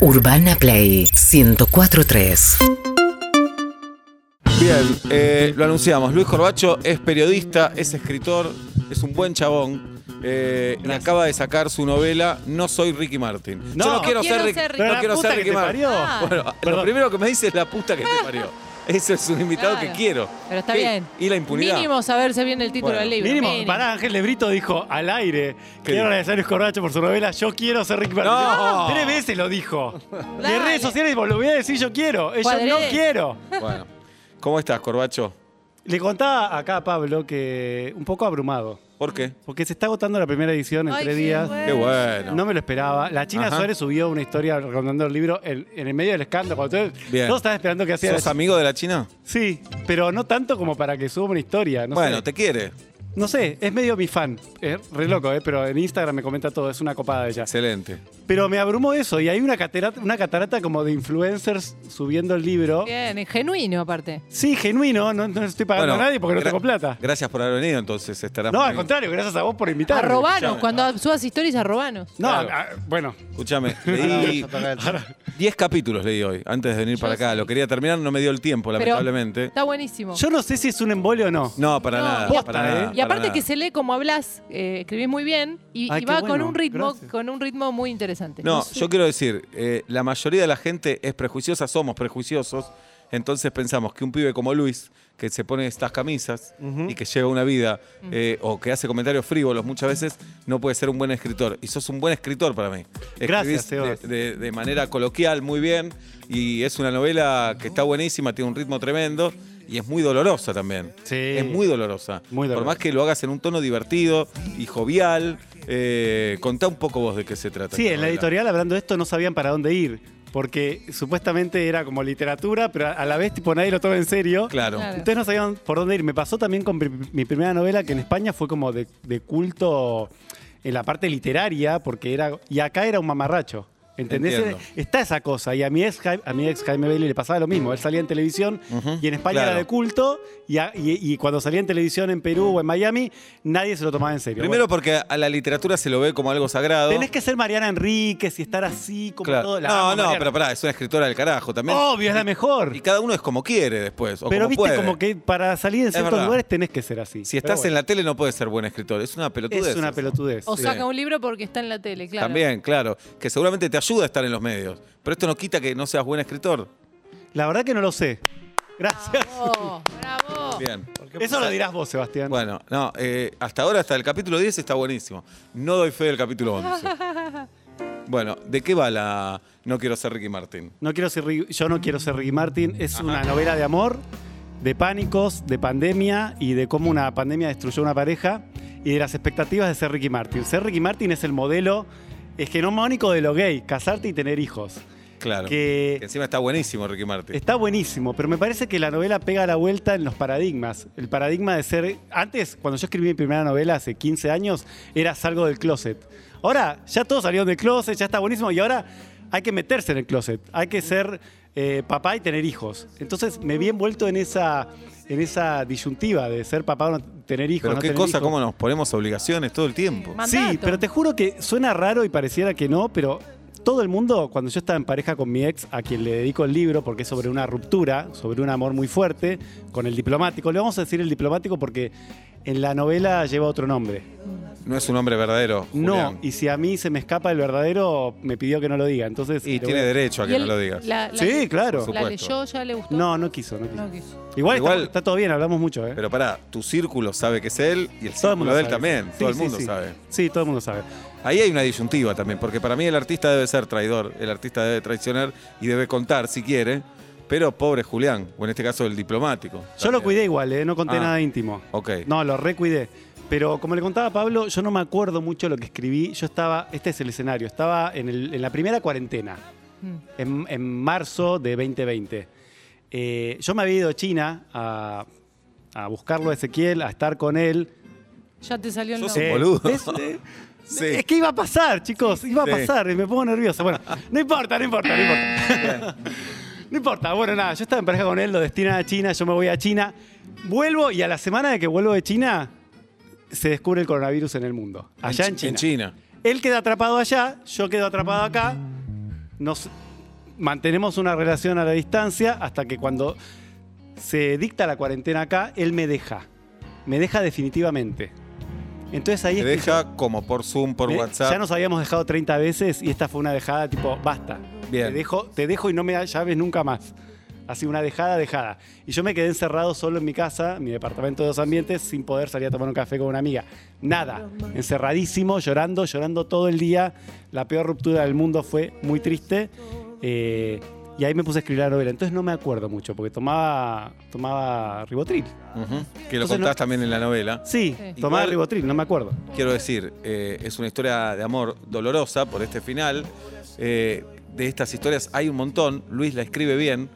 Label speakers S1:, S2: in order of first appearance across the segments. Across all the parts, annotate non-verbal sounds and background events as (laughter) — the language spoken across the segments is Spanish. S1: Urbana Play 1043.
S2: Bien, eh, lo anunciamos. Luis Corbacho es periodista, es escritor, es un buen chabón. eh, y acaba de sacar su novela No soy Ricky Martin.
S3: No.
S2: Yo no quiero,
S3: No
S2: ser,
S4: quiero
S2: Rick-
S4: ser Ricky-
S2: no
S3: Pero la
S2: quiero ser
S3: puta que
S2: Ricky
S3: te
S2: Martin.
S3: parió.
S4: Ah.
S2: Bueno, lo
S3: Perdón.
S2: primero que me dice es la puta
S3: (laughs)
S2: que te parió. Eso es un invitado
S4: Claro.
S2: que quiero.
S4: Pero está
S2: Y-
S4: bien.
S2: Y la impunidad.
S4: Mínimo saberse bien el título
S2: Bueno.
S4: del libro.
S3: Mínimo, pará, Ángel Lebrito dijo al aire.
S2: dijo?
S3: Quiero agradecer a Luis Corbacho por su novela. Yo quiero ser Ricky Martin.
S2: No.
S3: Tres veces lo
S4: (laughs)
S3: dijo.
S4: Dale.
S3: De redes sociales tipo, lo voy a decir yo quiero. Ella
S4: Cuadré.
S3: no quiero.
S2: Bueno. ¿Cómo estás, Corbacho?
S3: Le contaba acá a Pablo que un poco abrumado.
S2: ¿Por qué?
S3: Porque se está agotando la primera edición en
S4: Ay,
S3: tres
S4: qué
S3: días.
S4: bueno.
S2: Qué bueno.
S3: Eh, No me lo esperaba. La China
S2: Ajá.
S3: Suárez subió una historia recomendando el libro en, en el medio del escándalo. Cuando todos-
S2: Bien.
S3: todos estaban esperando que hacía.
S2: ¿Sos amigo de la China?
S3: Sí, pero no tanto como para que suba una historia. No
S2: bueno,
S3: sé.
S2: te quiere.
S3: No sé, es medio mi fan. Es re loco, ¿eh? pero en Instagram me comenta todo, es una copada ella.
S2: Excelente.
S3: Pero me abrumó eso y hay una catarata, una catarata como de influencers subiendo el libro.
S4: Bien, es genuino aparte.
S3: Sí, genuino, no, no estoy pagando
S2: Bueno,
S3: a nadie porque no
S2: gra-
S3: tengo plata.
S2: Gracias por haber venido, entonces estarás.
S3: No,
S2: muy-
S3: al contrario, gracias a vos por invitarme.
S4: Arrobanos,
S2: escuchame.
S4: cuando subas historias, arrobanos.
S3: No,
S2: Claro.
S3: a- a- bueno,
S2: Escúchame, leí (laughs) 10 capítulos leí hoy, antes de venir para acá. Lo quería terminar, no me dio el tiempo,
S4: Pero-
S2: lamentablemente.
S4: Está buenísimo.
S3: yo no sé si es un embole o no.
S2: No, para
S4: No,
S2: nada.
S4: y
S3: Posta,
S2: para
S3: ¿eh?
S2: nada,
S4: y
S2: para
S4: aparte
S2: nada.
S4: que se lee como hablas, eh, escribís muy bien y,
S3: Ay,
S4: y
S3: qué
S4: va con
S3: bueno,
S4: un ritmo
S3: gracias.
S4: con un ritmo muy interesante.
S2: No, yo quiero decir, eh, la mayoría de la gente es prejuiciosa, somos prejuiciosos. Entonces pensamos que un pibe como Luis, que se pone estas camisas y que lleva una vida eh, o que hace comentarios frívolos muchas veces, no puede ser un buen escritor. Y sos un buen escritor para mí. Escribís
S3: Gracias, Sebas.
S2: de, de- de manera coloquial, muy bien. Y es una novela que está buenísima, tiene un ritmo tremendo y es muy dolorosa también.
S3: Sí.
S2: Es muy dolorosa.
S3: Muy
S2: Por
S3: dolorosa.
S2: más que lo hagas en un tono divertido y jovial, eh, contá un poco vos de qué se trata.
S3: Sí,
S2: esta
S3: en la
S2: novela.
S3: editorial hablando de esto no sabían para dónde ir. Porque supuestamente era como literatura, pero a- a la vez tipo nadie lo toma en serio.
S2: Claro.
S4: Claro.
S3: Entonces no sabían por dónde ir. Me pasó también con pri- mi primera novela, que en España fue como de, de culto en la parte literaria, porque era. Y acá era un mamarracho. ¿Entendés?
S2: Entiendo.
S3: Está esa cosa. Y a mi ex, Ja- a mi ex Jaime Bailey le pasaba lo mismo. Él salía en televisión
S2: Ujú,
S3: y en España
S2: claro.
S3: era de culto. Y, a- y- y cuando salía en televisión en Perú o en Miami, nadie se lo tomaba en serio.
S2: Primero
S3: Bueno,
S2: porque a la literatura se lo ve como algo sagrado.
S3: tenés que ser Mariana Enríquez y estar así como
S2: Claro.
S3: todo. La
S2: No,
S3: amo,
S2: no,
S3: Mariana.
S2: pero pará, es una escritora del carajo también.
S3: Obvio, es la mejor.
S2: Y cada uno es como quiere después. O
S3: Pero
S2: como
S3: viste,
S2: puede.
S3: como que para salir en ciertos
S2: verdad.
S3: lugares tenés que ser así.
S2: Si estás en la tele no puedes ser buen escritor. Es una pelotudez.
S3: Es una
S2: eso.
S3: pelotudez.
S4: o
S2: sí.
S4: saca un libro porque está en la tele, claro.
S2: También, claro. Que seguramente te ayuda a estar en los medios. Pero esto no quita que no seas buen escritor.
S3: La verdad que no lo sé.
S2: Ah,
S3: Gracias.
S2: (laughs)
S4: Bravo, bravo.
S2: Bien.
S3: Eso lo dirás vos, Sebastián.
S2: Bueno, no, eh, hasta ahora, hasta el capítulo 10 está buenísimo. No doy fe del capítulo
S4: (laughs)
S2: 11. bueno, ¿de qué va la No quiero ser Ricky Martin?
S3: No quiero ser Ricky- yo no quiero ser Ricky Martin. Es una novela de amor, de pánicos, de pandemia y de cómo una pandemia destruyó una pareja y de las expectativas de ser Ricky Martin. Ser Ricky Martin es el modelo hegemónico de lo gay, casarte y tener hijos.
S2: Claro.
S3: Que-
S2: Que encima está buenísimo Ricky Martin.
S3: Está buenísimo, pero me parece que la novela pega la vuelta en los paradigmas. El paradigma de ser. Antes, cuando yo escribí mi primera novela hace 15 años, era salgo del closet. Ahora, ya todos salieron del closet, ya está buenísimo, y ahora hay que meterse en el closet. Hay que ser eh, papá y tener hijos. Entonces, me vi envuelto en esa, en esa disyuntiva de ser papá o no tener hijos.
S2: Pero
S3: no
S2: qué
S3: tener
S2: cosa,
S3: hijos.
S2: cómo nos ponemos obligaciones todo el tiempo.
S4: Man-
S3: Sí,
S4: Mandato.
S3: pero te juro que suena raro y pareciera que no, pero todo el mundo, cuando yo estaba en pareja con mi ex, a quien le dedico el libro, porque es sobre una ruptura, sobre un amor muy fuerte, con el diplomático. Le vamos a decir el diplomático porque en la novela lleva otro nombre.
S2: No es un hombre verdadero. Julián.
S3: No, y si a mí se me escapa el verdadero, me pidió que no lo diga. Entonces.
S2: Y
S3: le
S2: tiene
S3: voy a-
S2: derecho a
S4: Y
S2: que
S4: él-
S2: no lo digas.
S4: La, la-
S3: Sí, claro.
S2: Por
S4: La
S2: supuesto.
S4: leyó, ya le gustó.
S3: No, no quiso, no quiso.
S4: No quiso.
S3: Igual,
S2: Igual-
S3: está, está todo bien, hablamos mucho, ¿eh?
S2: Pero pará, tu círculo sabe que es él y el
S3: todo el
S2: círculo
S3: mundo
S2: de él
S3: sabe.
S2: también.
S3: Sí,
S2: todo el
S3: sí,
S2: mundo
S3: sí.
S2: sabe.
S3: Sí, todo el mundo sabe.
S2: Ahí hay una disyuntiva también, porque para mí el artista debe ser traidor, el artista debe traicionar y debe contar si quiere. Pero pobre Julián, o en este caso el diplomático.
S3: Yo lo
S2: también.
S3: cuidé igual, ¿eh? no conté
S2: Ah.
S3: nada íntimo.
S2: Ok.
S3: No, lo recuidé. Pero como le contaba Pablo, yo no me acuerdo mucho lo que escribí. Yo estaba, este es el escenario, estaba en, el- en la primera cuarentena,
S4: Mm.
S3: en, en marzo de 2020. Eh, yo me había ido a China a, a buscarlo a Ezequiel, a estar con él.
S4: Ya te salió el
S2: Sos un
S4: nombre.
S2: boludo.
S3: ¿Ves?
S2: (laughs)
S3: Eh,
S2: Sí.
S3: Es que iba a pasar, chicos, iba a
S2: Sí.
S3: pasar, y me pongo
S2: (laughs)
S3: nervioso. Bueno, no importa, no importa, no importa. (laughs) no importa, bueno, nada, yo estaba en pareja con él, lo destina a China, yo me voy a China, vuelvo y a la semana de que vuelvo de China, se descubre el coronavirus en el mundo, allá en,
S2: Chi-
S3: China.
S2: En China.
S3: Él queda atrapado allá, yo quedo atrapado acá, nos, mantenemos una relación a la distancia hasta que cuando se dicta la cuarentena acá, él me deja. Me deja definitivamente. Entonces ahí
S2: Te
S3: es que yo-
S2: deja como por Zoom, por
S3: me-
S2: WhatsApp.
S3: Eh, Ya nos habíamos dejado 30 veces y esta fue una dejada tipo, basta.
S2: Bien.
S3: Te dejo, te dejo y no me llaves nunca más. Así una dejada, dejada. Y yo me quedé encerrado solo en mi casa, mi departamento de dos ambientes, sin poder salir a tomar un café con una amiga. Nada. Encerradísimo, llorando, llorando todo el día. La peor ruptura del mundo fue muy triste. Eh, y ahí me puse a escribir la novela. Entonces no me acuerdo mucho, porque tomaba, tomaba ribotril.
S2: Ujú. Que lo
S3: Entonces
S2: contás
S3: no-
S2: también en la novela.
S3: Sí,
S4: Sí.
S3: tomaba
S2: Igual-
S3: ribotril, no me acuerdo.
S2: Quiero decir, eh, es una historia de amor dolorosa por este final. Eh, de estas historias hay un montón. Luis la escribe bien.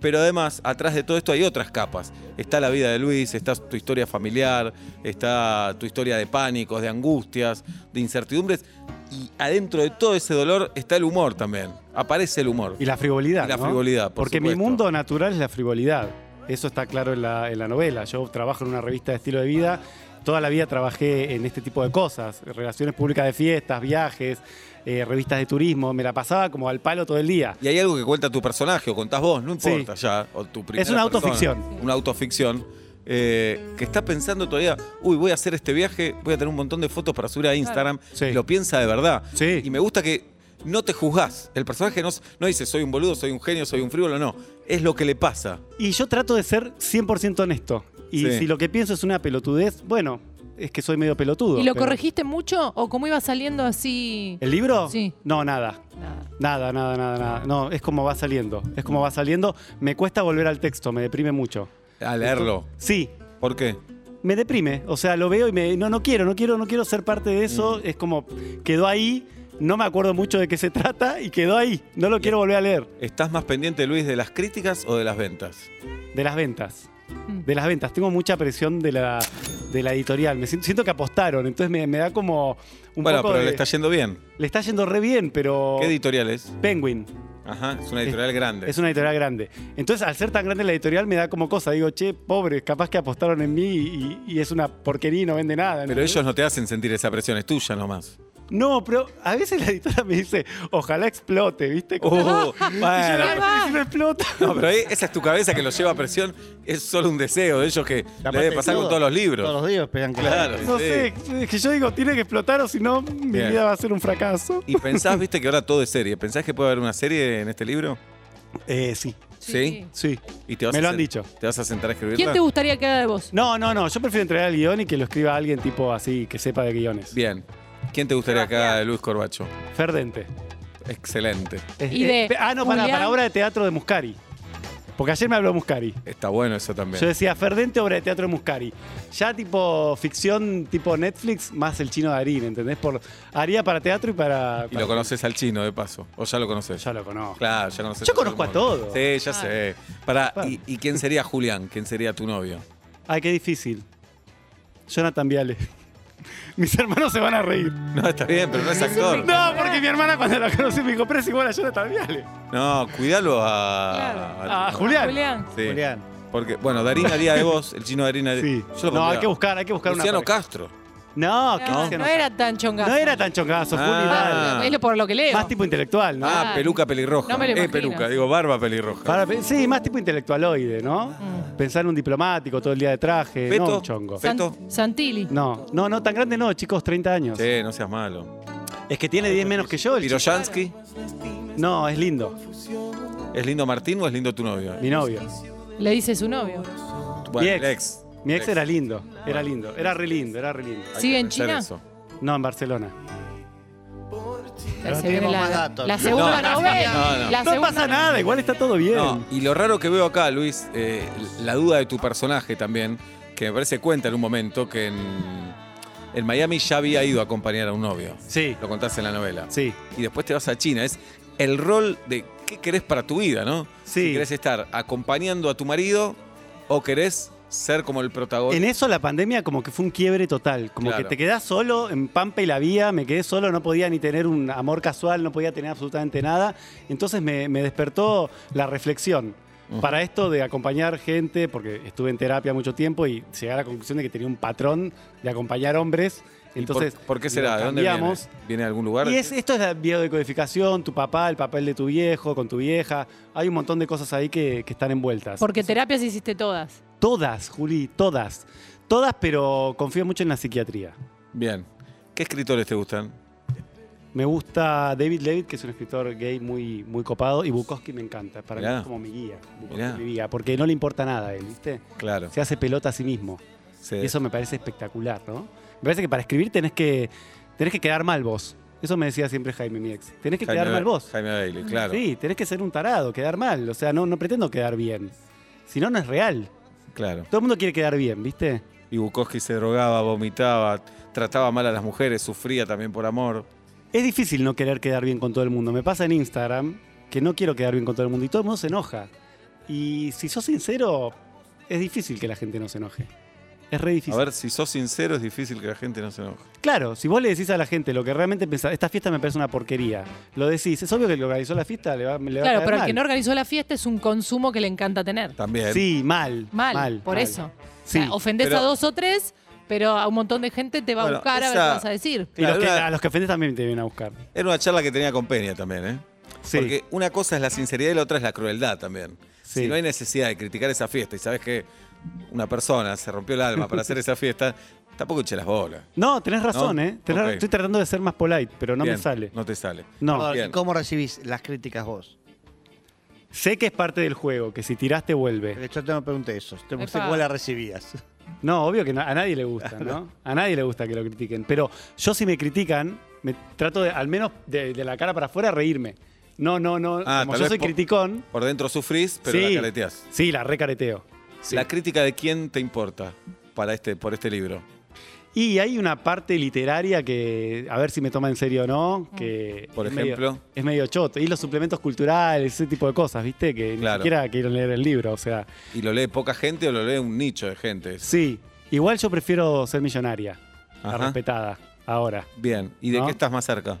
S2: Pero además, atrás de todo esto hay otras capas. Está la vida de Luis, está tu historia familiar, está tu historia de pánicos, de angustias, de incertidumbres. Y adentro de todo ese dolor está el humor también. Aparece el humor.
S3: Y la frivolidad.
S2: Y la
S3: ¿no?
S2: frivolidad, por
S3: Porque mi
S2: supuesto.
S3: mundo natural es la frivolidad. Eso está claro en la, en la novela. Yo trabajo en una revista de estilo de vida. Toda la vida trabajé en este tipo de cosas. Relaciones públicas de fiestas, viajes, eh, revistas de turismo. Me la pasaba como al palo todo el día.
S2: Y hay algo que cuenta tu personaje, o contás vos, no importa ya. o tu primera
S3: Es
S2: persona,
S3: una autoficción.
S2: una autoficción. eh, que está pensando todavía, uy, voy a hacer este viaje, voy a tener un montón de fotos para subir a Instagram.
S3: Sí.
S2: Y lo piensa de verdad.
S3: Sí.
S2: Y me gusta que no te juzgás. El personaje no, s- no dice, soy un boludo, soy un genio, soy un frívolo, no. Es lo que le pasa.
S3: Y yo trato de ser 100% honesto. Y
S2: Sí.
S3: si lo que pienso es una pelotudez, bueno, es que soy medio pelotudo.
S4: ¿Y lo
S3: pero-
S4: corregiste mucho o cómo iba saliendo así?
S3: ¿El libro?
S4: Sí.
S3: No, nada.
S4: Nada.
S3: Nada, nada, nada, nada. No, es como va saliendo. Es como va saliendo. Me cuesta volver al texto, me deprime mucho.
S2: A leerlo.
S3: Sí,
S2: ¿Por qué?
S3: me deprime. O sea, lo veo y me. No, no quiero, no quiero, no quiero ser parte de eso.
S2: Mm.
S3: Es como. Quedó ahí, no me acuerdo mucho de qué se (laughs) trata y quedó ahí. No lo quiero volver a leer.
S2: ¿Estás más pendiente, Luis, de las críticas o de las ventas?
S3: De las ventas.
S4: Mm.
S3: De las ventas. Tengo mucha presión de la, de la editorial. Me siento, siento que apostaron. Entonces me, me da como. Un
S2: bueno,
S3: poco
S2: pero
S3: de-
S2: le está yendo bien.
S3: le está yendo re bien, pero.
S2: ¿Qué editorial es?
S3: Penguin.
S2: Ajá, es una editorial grande.
S3: Es una editorial grande. Entonces, al ser tan grande la editorial, me da como cosa. Digo, che, pobre, capaz que apostaron en mí y, y es una porquería y no vende nada.
S2: Pero
S3: ¿entendés?
S2: ellos no te hacen sentir esa presión, es tuya nomás.
S3: No, pero a veces la editora me dice, ojalá explote, ¿viste? Como-
S2: Uh,
S3: Y yo,
S2: bueno.
S3: "Ay, pero si no explota.
S2: No, pero ahí, esa es tu cabeza que lo lleva a presión, es solo un deseo de ellos que le debe pasar con todos los libros.
S5: Todos los días pegan
S2: Claro.
S3: No
S2: sí.
S3: sé, es que yo digo, tiene que explotar o si no, mi
S2: Bien.
S3: vida va a ser un fracaso.
S2: Y pensás, viste, que ahora todo es serie. ¿Pensás que puede haber una serie en este libro?
S3: Eh, sí,
S2: Sí.
S3: sí.
S2: Y te vas
S3: Me
S2: a
S3: lo han
S2: sen-
S3: dicho.
S2: ¿Te vas a sentar a escribirla?
S4: ¿Quién te gustaría que haga de vos?
S3: No, no, no, yo prefiero entregar el guión y que lo escriba alguien tipo así, que sepa de guiones.
S2: Bien. ¿Quién te gustaría que haga de Luis Corbacho?
S3: Ferdente.
S2: Excelente.
S3: Es-
S4: Y de
S3: eh, pe- ah, no, para,
S4: Julián-
S3: para obra de teatro de Muscari. Porque ayer me habló Muscari.
S2: Está bueno eso también.
S3: Yo decía, Ferdente, obra de teatro de Muscari. Ya tipo ficción, tipo Netflix, más el chino Darín, ¿entendés? Por, haría para teatro y para...
S2: Y lo
S3: para-
S2: conoces al chino, de paso. ¿O ya lo conoces?
S3: Ya lo conozco.
S2: Claro, ya conoces.
S3: Yo conozco a
S2: todo el mundo.
S3: todos.
S2: Sí, ya
S4: Ah.
S2: sé. Pará,
S3: Claro.
S2: ¿y, y quién sería Julián? ¿Quién sería tu novio? (laughs)
S3: Ay, qué difícil. Jonathan Viale. (laughs) Mis hermanos se van a reír.
S2: No, está bien, pero no
S4: (laughs)
S2: es actor.
S3: No, porque mi hermana cuando la conocí me dijo, pero es igual a Jonathan Viale.
S2: No, cuídalo a.
S4: Claro.
S2: a-
S3: A Julián.
S4: Julián.
S2: Sí.
S5: Julián.
S2: Porque, bueno, Darín
S3: (laughs)
S2: haría de vos, el chino Darín haría
S3: Sí.
S2: Yo lo
S3: No, hay
S2: pondría.
S3: que buscar, hay que buscar
S2: Luciano
S3: una... pareja.
S2: Castro.
S3: No, que Luciano
S4: No, no
S3: Castro.
S4: era tan chongazo.
S3: No era tan chongazo, fue un
S2: Ah.
S4: Ah, Es lo por lo que leo.
S3: Más tipo intelectual, ¿no?
S2: Ah, peluca pelirroja.
S4: No me lo
S2: eh,
S4: imagino.
S2: peluca, digo, barba pelirroja.
S3: Para- sí, más tipo intelectualoide, ¿no?
S4: Mm.
S3: Pensar en un diplomático todo el día de traje, no
S2: Beto.
S3: un chongo.
S2: Fe- Perfecto.
S4: San- Santilli.
S3: No, no, no, tan grande no, chicos, 30 años.
S2: Che, no seas malo.
S3: Es que tiene 10 menos que yo. El chico.
S2: Piroyansky,
S3: No, es lindo,
S2: ¿es lindo Martín o es lindo tu novio?
S3: mi novio.
S4: Le dice su novio.
S2: Bueno,
S3: mi
S2: el
S3: ex. Mi ex era lindo, era lindo, era re lindo, era re lindo.
S2: Hay que
S4: ¿Sigue en
S2: pensar
S4: China?
S2: eso.
S3: No, en Barcelona.
S4: Se
S5: tenemos
S4: viene la,
S5: más datos.
S4: la segunda
S2: No,
S4: novela.
S2: no, no.
S4: La
S3: No
S4: segunda
S3: pasa
S4: novela.
S3: nada, igual está todo bien.
S2: No, y lo raro que veo acá, Luis, eh, la duda de tu personaje también, que me parece cuenta en un momento que en, en Miami ya había ido a acompañar a un novio.
S3: Sí,
S2: Lo contaste en la novela.
S3: sí.
S2: y después te vas a China. Es el rol de qué querés para tu vida, ¿no?
S3: Sí.
S2: Si querés estar acompañando a tu marido o querés ser como el protagonista.
S3: En e- eso la pandemia como que fue un quiebre total, como
S2: Claro.
S3: que te quedás solo en Pampa y la Vía, me quedé solo, no podía ni tener un amor casual, no podía tener absolutamente nada, entonces me, me despertó la reflexión. Para esto de acompañar gente, porque estuve en terapia mucho tiempo y llegué a la conclusión de que tenía un patrón de acompañar hombres
S2: ¿Y por-
S3: Entonces,
S2: por, qué será?
S3: lo
S2: ¿De dónde viene?
S3: cambiamos.
S2: ¿Viene de algún lugar?
S3: Y es, esto es la biodecodificación, tu papá, el papel de tu viejo, con tu vieja. Hay un montón de cosas ahí que, que están envueltas.
S4: Porque terapias hiciste todas.
S3: Todas, Juli, todas. Todas, pero confío mucho en la psiquiatría.
S2: Bien. ¿Qué escritores te gustan?
S3: Me gusta David Levitt, que es un escritor gay muy, muy copado, y Bukowski me encanta. Para mí
S2: Mirá.
S3: es como mi guía. Bukowski
S2: Mirá.
S3: es mi guía, porque no le importa nada a él, ¿viste?
S2: Claro.
S3: Se hace pelota a sí mismo.
S2: Sí.
S3: Y eso me parece espectacular, ¿no? Me parece que para escribir tenés que, tenés que quedar mal vos. Eso me decía siempre Jaime, mi ex. Tenés que
S2: Jaime
S3: quedar mal
S2: Ba-
S3: vos.
S2: Jaime Bailey, claro.
S3: Sí, tenés que ser un tarado, quedar mal. O sea, no, no pretendo quedar bien. Si no, no es real.
S2: Claro.
S3: Todo el mundo quiere quedar bien, ¿viste?
S2: Y Bukowski se drogaba, vomitaba, trataba mal a las mujeres, sufría también por amor.
S3: Es difícil no querer quedar bien con todo el mundo. Me pasa en Instagram que no quiero quedar bien con todo el mundo y todo el mundo se enoja. Y si sos sincero, es difícil que la gente no se enoje. Es re
S2: A
S3: difícil.
S2: ver, si sos sincero, es difícil que la gente no se enoje.
S3: Claro, si vos le decís a la gente lo que realmente pensás, esta fiesta me parece una porquería, lo decís, es obvio que el que organizó la fiesta le va, le va a
S4: Claro,
S3: caer
S4: pero al
S3: mal.
S4: que no organizó la fiesta es un consumo que le encanta tener.
S2: También.
S3: Sí, mal.
S4: Mal,
S3: Mal.
S4: por
S3: mal.
S4: eso.
S3: Sí.
S4: O sea, ofendés
S2: pero-
S4: a dos o tres, pero a un montón de gente te va
S2: Bueno,
S4: a buscar a ver
S2: esa-
S4: qué vas a decir.
S3: Y los que-
S2: Claro, una-
S3: a los que ofendés también te vienen a buscar.
S2: Era una charla que tenía con Peña también, ¿eh?
S3: Sí.
S2: Porque una cosa es la sinceridad y la otra es la crueldad también.
S3: Sí.
S2: Si no hay necesidad de criticar esa fiesta y sabes que una persona se rompió el alma para
S3: (laughs)
S2: hacer esa fiesta, tampoco eche las bolas.
S3: No, tenés razón,
S2: No,
S3: ¿eh? Tenés
S2: ok.
S3: ra- Estoy tratando de ser más polite, pero no
S2: Bien,
S3: me sale.
S2: No te sale.
S3: No.
S5: Perdón,
S2: Bien.
S5: ¿y ¿Cómo recibís las críticas vos?
S3: Sé que es parte del juego, que si tiraste vuelve.
S5: Porque Yo te me pregunté eso. Te pregunté
S4: Epa.
S5: cómo las recibías.
S3: No, obvio que no- a nadie le gusta,
S2: (laughs)
S3: ¿no? A nadie le gusta que lo critiquen. Pero yo si me critican, me trato de, al menos de, de la cara para afuera, reírme. No, no, no.
S2: Ah,
S3: Como
S2: tal
S3: yo
S2: vez
S3: soy
S2: po-
S3: criticón.
S2: Por dentro sufrís, pero
S3: sí,
S2: la caleteás.
S3: Sí, la recareteo. Sí.
S2: ¿La crítica de quién te importa para este, por este libro?
S3: Y hay una parte literaria que, a ver si me toma en serio o no, que
S2: Mm. Por
S3: es medio-
S2: ejemplo.
S3: es medio choto. Y los suplementos culturales, ese tipo de cosas, ¿viste? Que
S2: Claro.
S3: ni siquiera quiero leer el libro, o sea.
S2: ¿Y lo lee poca gente o lo lee un nicho de gente?
S3: Sí, igual yo prefiero ser millonaria, la
S2: Ajá.
S3: respetada, ahora,
S2: Bien. ¿Y de
S3: ¿No?
S2: qué estás más cerca?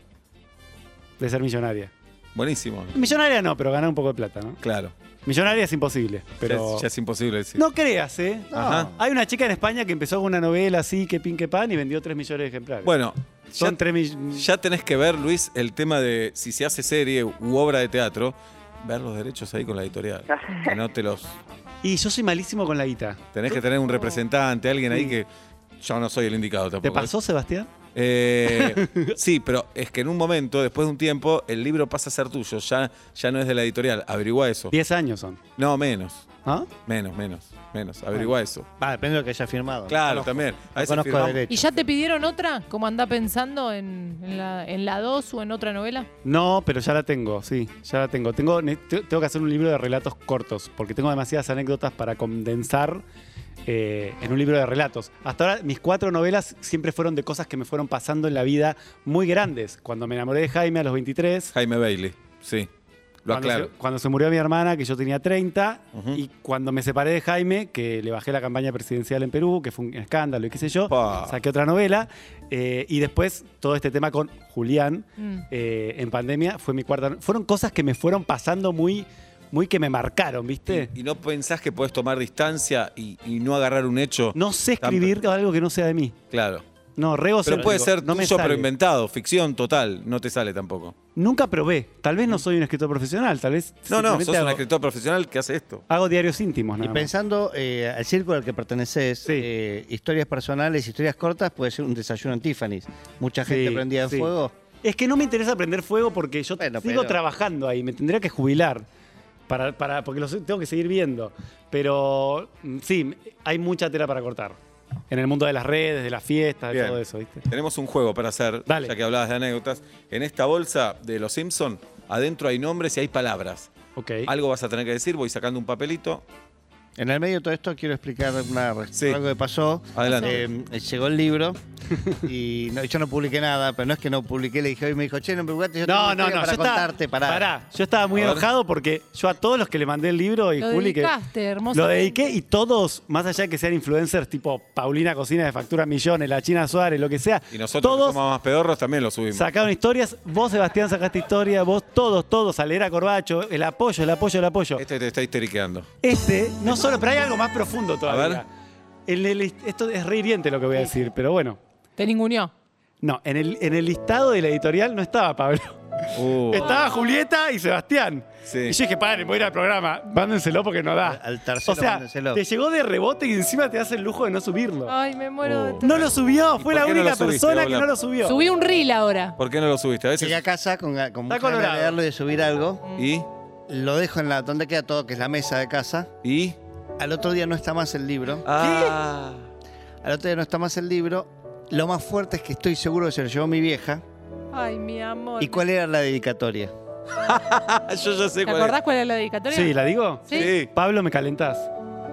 S3: de ser millonaria.
S2: Buenísimo.
S3: Millonaria no, pero ganar un poco de plata, ¿no?
S2: Claro.
S3: Millonaria es imposible,
S2: Ya
S3: pero...
S2: es, ya Ah. es imposible decir.
S3: No creas, ¿eh? No.
S2: Ajá.
S3: Hay una chica en España que empezó con una novela así, que pin, que pan, y vendió 3 millones de ejemplares.
S2: Bueno, ya,
S3: son 3 millones...
S2: ya tenés que ver, Luis, el tema de si se hace serie u obra de teatro, ver los derechos ahí con la editorial. Que no te los.
S3: Y yo soy malísimo con la guita.
S2: Tenés que tener un representante, alguien ahí
S3: Sí.
S2: que. Yo no soy el indicado tampoco.
S3: ¿Te pasó, Sebastián?
S2: Eh,
S3: (laughs)
S2: sí, pero es que en un momento, después de un tiempo, el libro pasa a ser tuyo, ya, ya no es de la editorial. Averigua eso.
S3: 10 años son,
S2: No, menos,
S3: ¿no?
S2: menos, menos, menos. Averigua eso.
S5: Va, depende de lo que haya firmado.
S2: Claro,
S5: No conozco.
S2: también. A
S5: No
S2: veces
S5: conozco
S2: firmamos-
S5: derecho.
S4: ¿Y ya te pidieron otra? ¿Cómo andá pensando en, en la, en la 2 o en otra novela?
S3: No, pero ya la tengo, sí, ya la tengo. Tengo, ne- te- tengo que hacer un libro de relatos cortos, porque tengo demasiadas anécdotas para condensar eh, en un libro de relatos. Hasta ahora mis cuatro novelas siempre fueron de cosas que me fueron pasando en la vida muy grandes. Cuando me enamoré de Jaime a los 23,
S2: Jaime Bailey, sí. Lo
S3: cuando se,
S2: aclaro.
S3: cuando se murió mi hermana, que yo tenía 30,
S2: Ujú.
S3: y cuando me separé de Jaime, que le bajé la campaña presidencial en Perú, que fue un escándalo y qué sé yo,
S2: Pa.
S3: saqué otra novela, eh, y después todo este tema con Julián
S4: Mm.
S3: eh, en pandemia fue mi cuarta. Fueron cosas que me fueron pasando muy, muy que me marcaron, ¿viste?
S2: ¿Y no pensás que podés tomar distancia y, y no agarrar un hecho?
S3: No sé escribir algo que no sea de mí.
S2: Claro.
S3: No, re
S2: Pero
S3: egocéntrico,
S2: puede ser
S3: no me
S2: tuyo, pero
S3: sale.
S2: inventado, ficción total, no te sale tampoco.
S3: Nunca probé. Tal vez no soy un escritor profesional, tal vez.
S2: No, no,
S3: simplemente
S2: sos un
S3: hago-
S2: escritor profesional que hace esto.
S3: Hago diarios íntimos,
S5: Y
S3: nada más.
S5: pensando eh, al círculo al que perteneces,
S3: Sí.
S5: eh, historias personales, historias cortas, puede ser un desayuno en Tiffany's. Mucha gente
S3: Sí,
S5: prendida en
S3: sí.
S5: fuego.
S3: Es que no me interesa prender fuego porque yo
S5: Bueno,
S3: sigo
S5: pero-
S3: trabajando ahí, me tendría que jubilar. Para, para, porque los tengo que seguir viendo. Pero mm, sí, hay mucha tela para cortar. En el mundo de las redes, de las fiestas, de
S2: Bien.
S3: todo eso, ¿viste?
S2: Tenemos un juego para hacer,
S3: Dale.
S2: ya que hablabas de anécdotas. En esta bolsa de Los Simpson, adentro hay nombres y hay palabras.
S3: Ok.
S2: Algo vas a tener que decir, voy sacando un papelito.
S5: En el medio de todo esto quiero explicar una,
S2: Sí.
S5: algo que pasó.
S2: Adelante.
S5: Eh, llegó el libro y no- yo no publiqué nada, pero no es que no publiqué, le dije hoy me dijo, che, no me publicaste, yo tengo
S3: No,
S5: una
S3: no,
S5: historia
S3: no,
S5: para
S3: yo
S5: contarte,
S3: estaba,
S5: pará.
S3: pará, yo estaba muy
S2: A ver.
S3: enojado porque yo a todos los que le mandé el libro y
S4: Lo
S3: Juli que
S4: dedicaste, hermoso.
S3: lo dediqué y todos, más allá de que sean influencers tipo Paulina Cocina de factura millones, la China Suárez, lo que sea,
S2: Y nosotros, que
S3: todos
S2: somos más pedorros, también lo subimos.
S3: sacaron historias, vos Sebastián sacaste historia, vos todos, todos, Alera Corbacho, el apoyo, el apoyo, el apoyo.
S2: Este te está
S3: (laughs)
S2: histeriqueando.
S3: Este, no solo, pero hay algo más profundo todavía.
S2: ver.
S3: El- el- esto es re hiriente lo que voy a decir, pero bueno.
S4: Te ninguneó.
S3: No, en el, en el listado de la editorial no estaba Pablo.
S2: Uh,
S3: Estaba Julieta y Sebastián.
S2: Sí.
S3: Y yo dije, padre, voy a ir al programa. Mándenselo porque no da.
S5: Al tercero
S3: o sea,
S5: mándenselo.
S3: te llegó de rebote y encima te hace el lujo de no subirlo.
S4: Ay, me muero de
S2: Oh.
S4: todo.
S3: No lo subió,
S2: por
S3: fue la
S2: qué no
S3: única
S2: lo subiste,
S3: persona que
S2: Ola?
S3: no lo subió.
S4: Subí un reel ahora.
S2: ¿Por qué no lo subiste? A veces.
S5: Llegué a casa con, ga- con
S3: Está
S5: muchas ganas
S3: colorado.
S5: de leerlo y de subir algo.
S2: ¿Y?
S5: Lo dejo en la donde queda todo, que es la mesa de casa.
S2: ¿Y? (laughs)
S5: Al otro día no está más el libro.
S2: Ah.
S5: Al otro día no está más el libro. Lo más fuerte es que estoy seguro que se lo llevó mi vieja.
S4: Ay, mi amor.
S5: ¿Y cuál era la dedicatoria?
S2: Yo ya sé
S4: ¿Te
S2: cuál
S4: acordás cuál era la dedicatoria?
S3: Sí, ¿la digo?
S2: es.
S4: Sí.
S2: Sí.
S3: Pablo, me calentás.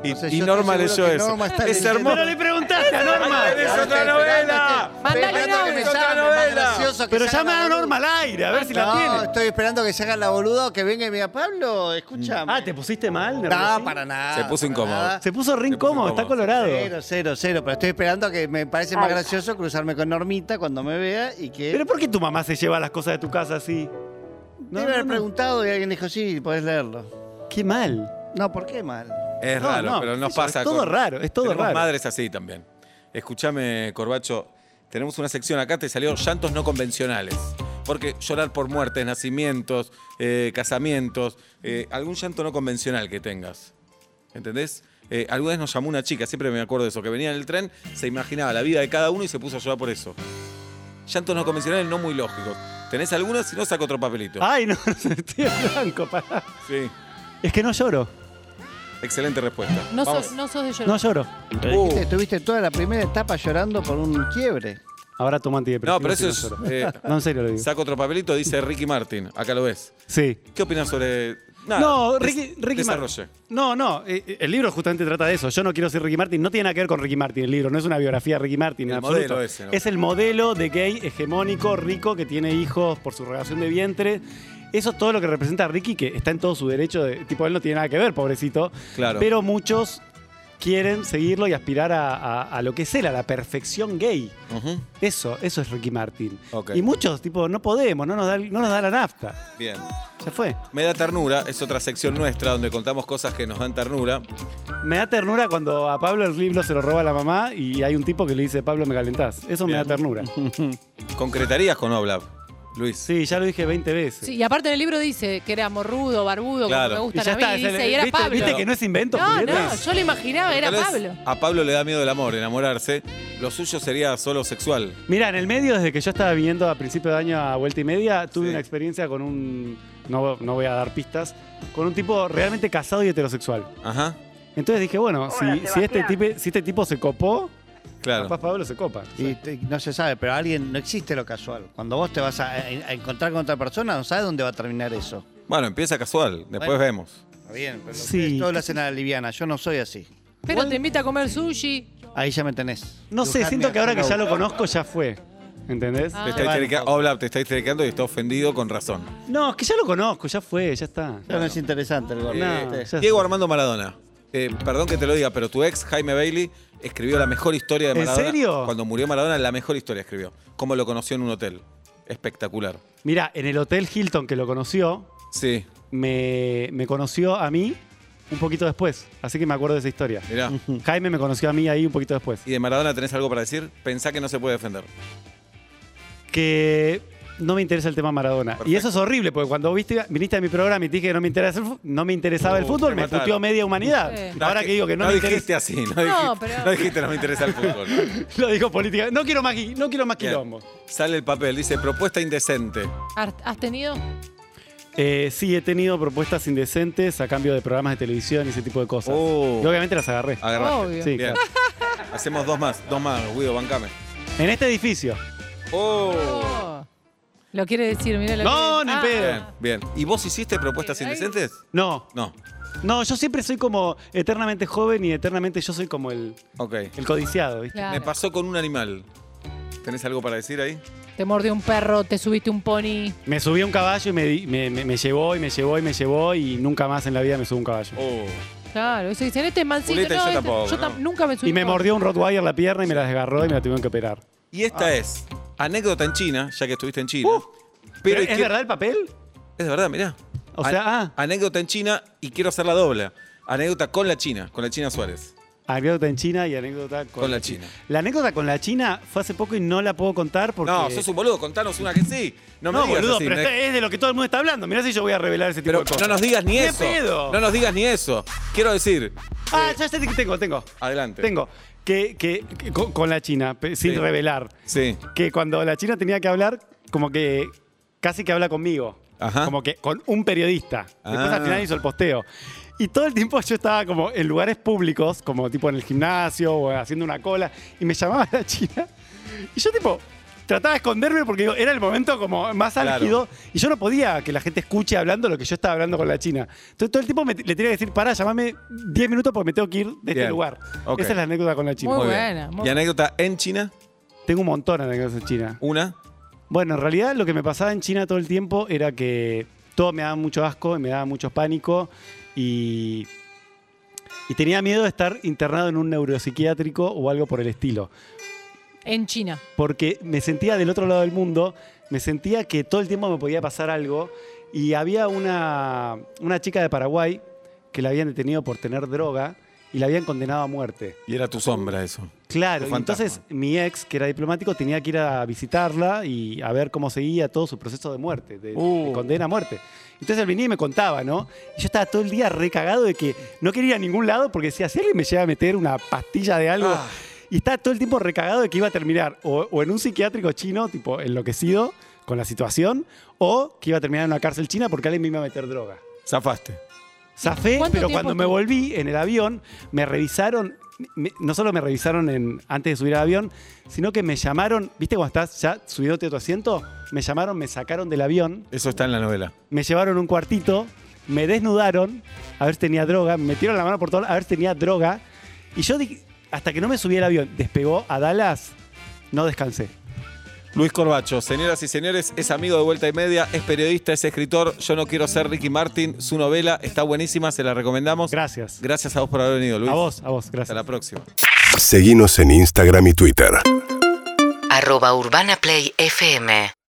S2: Y,
S5: O sea,
S2: y
S5: yo estoy
S2: Norma
S5: seguro
S2: leyó
S5: que
S2: eso.
S5: Norma está
S2: es
S5: leyendo-
S2: hermoso.
S3: Pero le preguntaste a Norma.
S2: Ahí tenés otra
S5: Estoy esperando
S2: novela!
S5: que-
S4: Mandale
S5: esperando
S4: un
S5: que me
S4: audio.
S5: llame,
S2: Otra
S5: más
S2: novela.
S5: gracioso que
S3: Pero
S5: salga
S3: llama
S5: la
S3: a
S5: boluda.
S3: Norma al aire, a ver si la
S5: no,
S3: tiene.
S5: estoy esperando que se haga la boluda o que venga y me diga, Pablo, escúchame.
S3: Ah, ¿te pusiste mal?
S5: No,
S3: nerviosín?
S5: para nada.
S2: Se puso
S5: para
S2: incómodo.
S5: nada.
S3: Se puso re
S2: Se puso
S3: incómodo, está
S2: incómodo.
S3: colorado.
S5: Cero, cero, cero. Pero estoy esperando que me parece más gracioso cruzarme con Normita cuando me vea y que.
S3: Pero ¿por qué tu mamá se lleva las cosas de tu casa así?
S5: Debe haber preguntado y alguien dijo, sí, podés leerlo.
S3: Qué mal.
S5: No, ¿por qué mal?
S2: Es
S3: No,
S2: raro,
S3: no,
S2: pero
S3: qué
S2: nos
S3: sé yo,
S2: pasa.
S3: es todo raro, es todo
S2: tenemos
S3: raro.
S2: madres así también. Escúchame, Corbacho, tenemos una sección acá, te salió llantos no convencionales. Porque llorar por muertes, nacimientos, eh, casamientos, eh, algún llanto no convencional que tengas. ¿Entendés? Eh, alguna vez nos llamó una chica, siempre me acuerdo de eso, que venía en el tren, se imaginaba la vida de cada uno y se puso a llorar por eso. Llantos no convencionales no muy lógicos. ¿Tenés alguna? Si no, saco otro papelito.
S3: Ay, no, (laughs) estoy en blanco, pará.
S2: Sí.
S3: Es que no lloro,
S2: Excelente respuesta.
S4: No,
S2: Vamos.
S4: sos, no sos de llorar.
S3: no lloro.
S2: Uh.
S5: Viste, Estuviste toda la primera etapa llorando por un quiebre.
S3: Ahora tomo antidepresivo.
S2: No, pero
S3: si
S2: eso es.
S3: lloro.
S2: eh,
S3: (laughs) No, en serio lo digo.
S2: Saco otro papelito, dice Ricky Martin. Acá lo ves.
S3: Sí.
S2: ¿Qué opinas sobre.? Nada,
S3: No,
S2: des-
S3: Ricky, Ricky
S2: desarrolle.
S3: Martin. No, no, eh, eh, el libro justamente trata de eso. Yo no quiero ser Ricky Martin, no tiene nada que ver con Ricky Martin el libro, no es una biografía de Ricky Martin. en
S2: El
S3: absoluto.
S2: modelo ese, ¿no?
S3: Es el modelo de gay hegemónico, rico, que tiene hijos por su relación de vientre. Eso es todo lo que representa a Ricky, que está en todo su derecho de. Tipo, él no tiene nada que ver, pobrecito.
S2: Claro.
S3: Pero muchos quieren seguirlo y aspirar a, a- a lo que es él, a la perfección gay.
S2: Ujú,
S3: Eso, eso es Ricky Martin.
S2: Ok.
S3: Y muchos, tipo, no podemos, no nos da, no nos da la nafta.
S2: Bien.
S3: Ya fue.
S2: Me da ternura, es otra sección nuestra donde contamos cosas que nos dan ternura.
S3: Me da ternura cuando a Pablo el libro se lo roba la mamá y hay un tipo que le dice, Pablo, me calentás. Eso me
S2: Bien.
S3: da
S2: (laughs)
S3: ternura.
S2: ¿Concretarías con Oblab, Luis?
S3: Sí, ya lo dije 20 veces.
S4: Sí, y aparte en el libro dice que era morrudo, barbudo,
S2: Claro.
S4: como
S3: Y
S4: me gustan
S3: ya
S4: a mí,
S3: está. es el-
S4: dice, y era
S3: ¿viste,
S4: Pablo.
S3: viste que no es invento?
S4: no,
S3: Julieta?
S4: no, yo lo imaginaba, era
S2: Tal vez
S4: Pablo.
S2: A Pablo le da miedo el amor, enamorarse. Lo suyo sería solo sexual.
S3: Mira, en el medio, desde que yo estaba viniendo a principio de año a vuelta y media, tuve
S2: Sí.
S3: una experiencia con un. No, no voy a dar pistas. Con un tipo realmente casado y heterosexual.
S2: Ajá,
S3: Entonces dije, bueno, si- si, este tipo, si este tipo se copó,
S2: claro.
S3: capaz Pablo se copa.
S5: Y te- no se sabe, pero alguien no existe lo casual. Cuando vos te vas a, a encontrar con otra persona, no sabes dónde va a terminar eso.
S2: Bueno, empieza casual, después
S5: Bueno.
S2: vemos.
S5: Está bien, pero
S3: Sí.
S5: ustedes todos lo hacen a la liviana. Yo no soy así.
S4: Pero te invita a comer sushi.
S5: Ahí ya me tenés.
S3: No sé,
S5: Dibujadme
S3: siento que ahora que
S5: haciendo
S3: ya lo conozco ya fue. ¿Entendés?
S4: Ah.
S2: Te está
S5: Te va
S2: histerica-
S5: enojado.
S2: Oblab te está histericando y está ofendido con razón.
S3: No, es que ya lo conozco, ya fue, ya está.
S5: Ya no es interesante el gordo.
S3: No,
S5: ¿viste?
S3: ya
S2: Eh, Diego
S3: está.
S2: Armando Maradona. Eh, perdón que te lo diga, pero tu ex, Jaime Bailey, escribió la mejor historia de
S3: ¿En
S2: Maradona.
S3: serio?
S2: Cuando murió Maradona, la mejor historia escribió. Cómo lo conoció en un hotel. Espectacular.
S3: Mirá, en el Hotel Hilton que lo conoció,
S2: Sí,
S3: me, me conoció a mí un poquito después. Así que me acuerdo de esa historia.
S2: mirá.
S3: Jaime me conoció a mí ahí un poquito después.
S2: ¿Y de Maradona tenés algo para decir? Pensá que no se puede defender.
S3: que no me interesa el tema Maradona.
S2: Perfecto.
S3: Y eso es horrible, porque cuando viste, viniste a mi programa y te dije que no me, interesa el fu- no me interesaba el
S2: Uh,
S3: fútbol,
S2: te
S3: me
S2: mataron.
S3: puteó media humanidad.
S4: Sí.
S2: No,
S3: Ahora
S2: es
S3: que digo que no, me
S2: dijiste
S3: interesa,
S2: así, no,
S4: No,
S2: dijiste,
S4: pero-
S2: no dijiste no me interesa el
S3: (laughs)
S2: fútbol.
S3: lo dijo política. No quiero más, gui- no quiero más
S2: Bien.
S3: quilombo.
S2: Sale el papel, dice propuesta indecente.
S4: ¿Has has tenido?
S3: Eh, sí, he tenido propuestas indecentes a cambio de programas de televisión y ese tipo de cosas.
S2: Oh.
S3: Y obviamente las agarré.
S2: Agarraste.
S4: Obvio.
S3: Sí,
S2: Bien.
S3: claro.
S2: (laughs) Hacemos dos más, dos más, Guido, bancame.
S3: En este edificio.
S2: Oh.
S4: Oh. Lo quiere decir, mira lo
S3: No,
S4: que-
S3: ni
S4: Ah.
S3: pedo.
S2: Bien, bien. ¿Y vos hiciste propuestas
S4: Ahí-
S2: indecentes?
S3: No,
S2: No.
S3: no, yo siempre soy como eternamente joven y eternamente yo soy como el,
S2: Ok.
S3: el codiciado, ¿viste?
S4: Claro.
S2: Me pasó con un animal. ¿Tenés algo para decir ahí?
S4: Te mordió un perro, te subiste un pony.
S3: Me subí a un caballo y me, di- me- me- me llevó y me llevó y me llevó y nunca más en la vida me subí a un caballo.
S2: Oh.
S4: Claro, eso dicen, este es mancito.
S2: Julieta,
S4: no,
S2: yo
S4: este-
S2: tampoco,
S4: yo tam-
S2: ¿no?
S4: nunca me subí.
S3: Y me
S4: un pony.
S3: mordió un Rottweiler la pierna y me la desgarró y me la tuvieron que operar.
S2: Y esta es anécdota en China, ya que estuviste en China.
S3: Ah. Uh,
S2: pero
S3: ¿Es
S2: quiero-
S3: verdad el papel?
S2: Es verdad, mirá.
S3: O
S2: An-
S3: sea, ah.
S2: Anécdota en China y quiero hacerla doble. Anécdota con la China, con la China Suárez.
S3: Anécdota en China y anécdota con,
S2: Con la China.
S3: La anécdota con la China fue hace poco y no la puedo contar porque.
S2: No, sos un boludo, contanos una que sí. No me
S3: No,
S2: digas
S3: boludo,
S2: así,
S3: pero
S2: me-
S3: esta es de lo que todo el mundo está hablando. Mirá si yo voy a revelar ese tipo
S2: pero
S3: de cosas.
S2: no nos digas ni
S3: ¿Qué
S2: eso.
S3: pedo?
S2: No nos digas ni eso. Quiero decir,
S3: Ah, ya sé que tengo, tengo.
S2: adelante.
S3: Tengo. Que, que, que- con, con la China, pe- sin
S2: Sí.
S3: revelar.
S2: Sí.
S3: Que cuando la China tenía que hablar, como que casi que habla conmigo.
S2: Ajá.
S3: Como que con un periodista. Después
S2: Ah.
S3: al final hizo el posteo. Y todo el tiempo yo estaba como en lugares públicos, como tipo en el gimnasio o haciendo una cola, y me llamaba la China. Y yo tipo trataba de esconderme porque digo, era el momento como más
S2: Claro.
S3: álgido y yo no podía que la gente escuche hablando lo que yo estaba hablando con la China. Entonces todo el tiempo me- le tenía que decir, pará, llamame 10 minutos porque me tengo que ir de este
S2: Bien.
S3: lugar.
S2: Ok.
S3: Esa es la anécdota con la China.
S4: Muy
S2: bien.
S4: buena, muy-
S2: ¿Y anécdota en China?
S3: Tengo un montón de anécdotas en China.
S2: Una.
S3: Bueno, en realidad lo que me pasaba en China todo el tiempo era que todo me daba mucho asco y me daba mucho pánico y, y tenía miedo de estar internado en un neuropsiquiátrico o algo por el estilo.
S4: En China.
S3: Porque me sentía del otro lado del mundo, me sentía que todo el tiempo me podía pasar algo y había una, una chica de Paraguay que la habían detenido por tener droga y la habían condenado a muerte.
S2: Y era tu sombra eso.
S3: Claro,
S2: Tu
S3: y
S2: fantasma.
S3: entonces mi ex, que era diplomático, tenía que ir a visitarla y a ver cómo seguía todo su proceso de muerte, de, de
S2: Uh.
S3: condena a muerte. Entonces él venía y me contaba, ¿no? Y yo estaba todo el día recagado de que no quería ir a ningún lado porque decía, si alguien me llega a meter una pastilla de algo.
S2: Ah.
S3: Y estaba todo el tiempo recagado de que iba a terminar o, o en un psiquiátrico chino, tipo enloquecido con la situación, o que iba a terminar en una cárcel china porque alguien me iba a meter droga.
S2: Zafaste.
S3: Zafé,
S4: ¿Cuánto
S3: pero
S4: tiempo
S3: cuando me
S4: estuvo?
S3: volví en el avión, me revisaron. me- no solo me revisaron en- antes de subir al avión, sino que me llamaron. ¿Viste cuando estás ya subidote a tu asiento? Me llamaron, me sacaron del avión,
S2: Eso está en la novela.
S3: me llevaron a un cuartito, me desnudaron, a ver si tenía droga, me metieron la mano por todo, a ver si tenía droga. Y yo, di- hasta que no me subí al avión, despegó a Dallas, no descansé.
S2: Luis Corbacho, señoras y señores, es amigo de Vuelta y Media, es periodista, es escritor. Yo no quiero ser Ricky Martin. Su novela está buenísima, se la recomendamos.
S3: Gracias.
S2: Gracias a vos por haber venido, Luis.
S3: A vos, a vos, gracias.
S2: Hasta la próxima.
S6: Seguinos en Instagram y Twitter.
S1: Arroba Urbana Play FM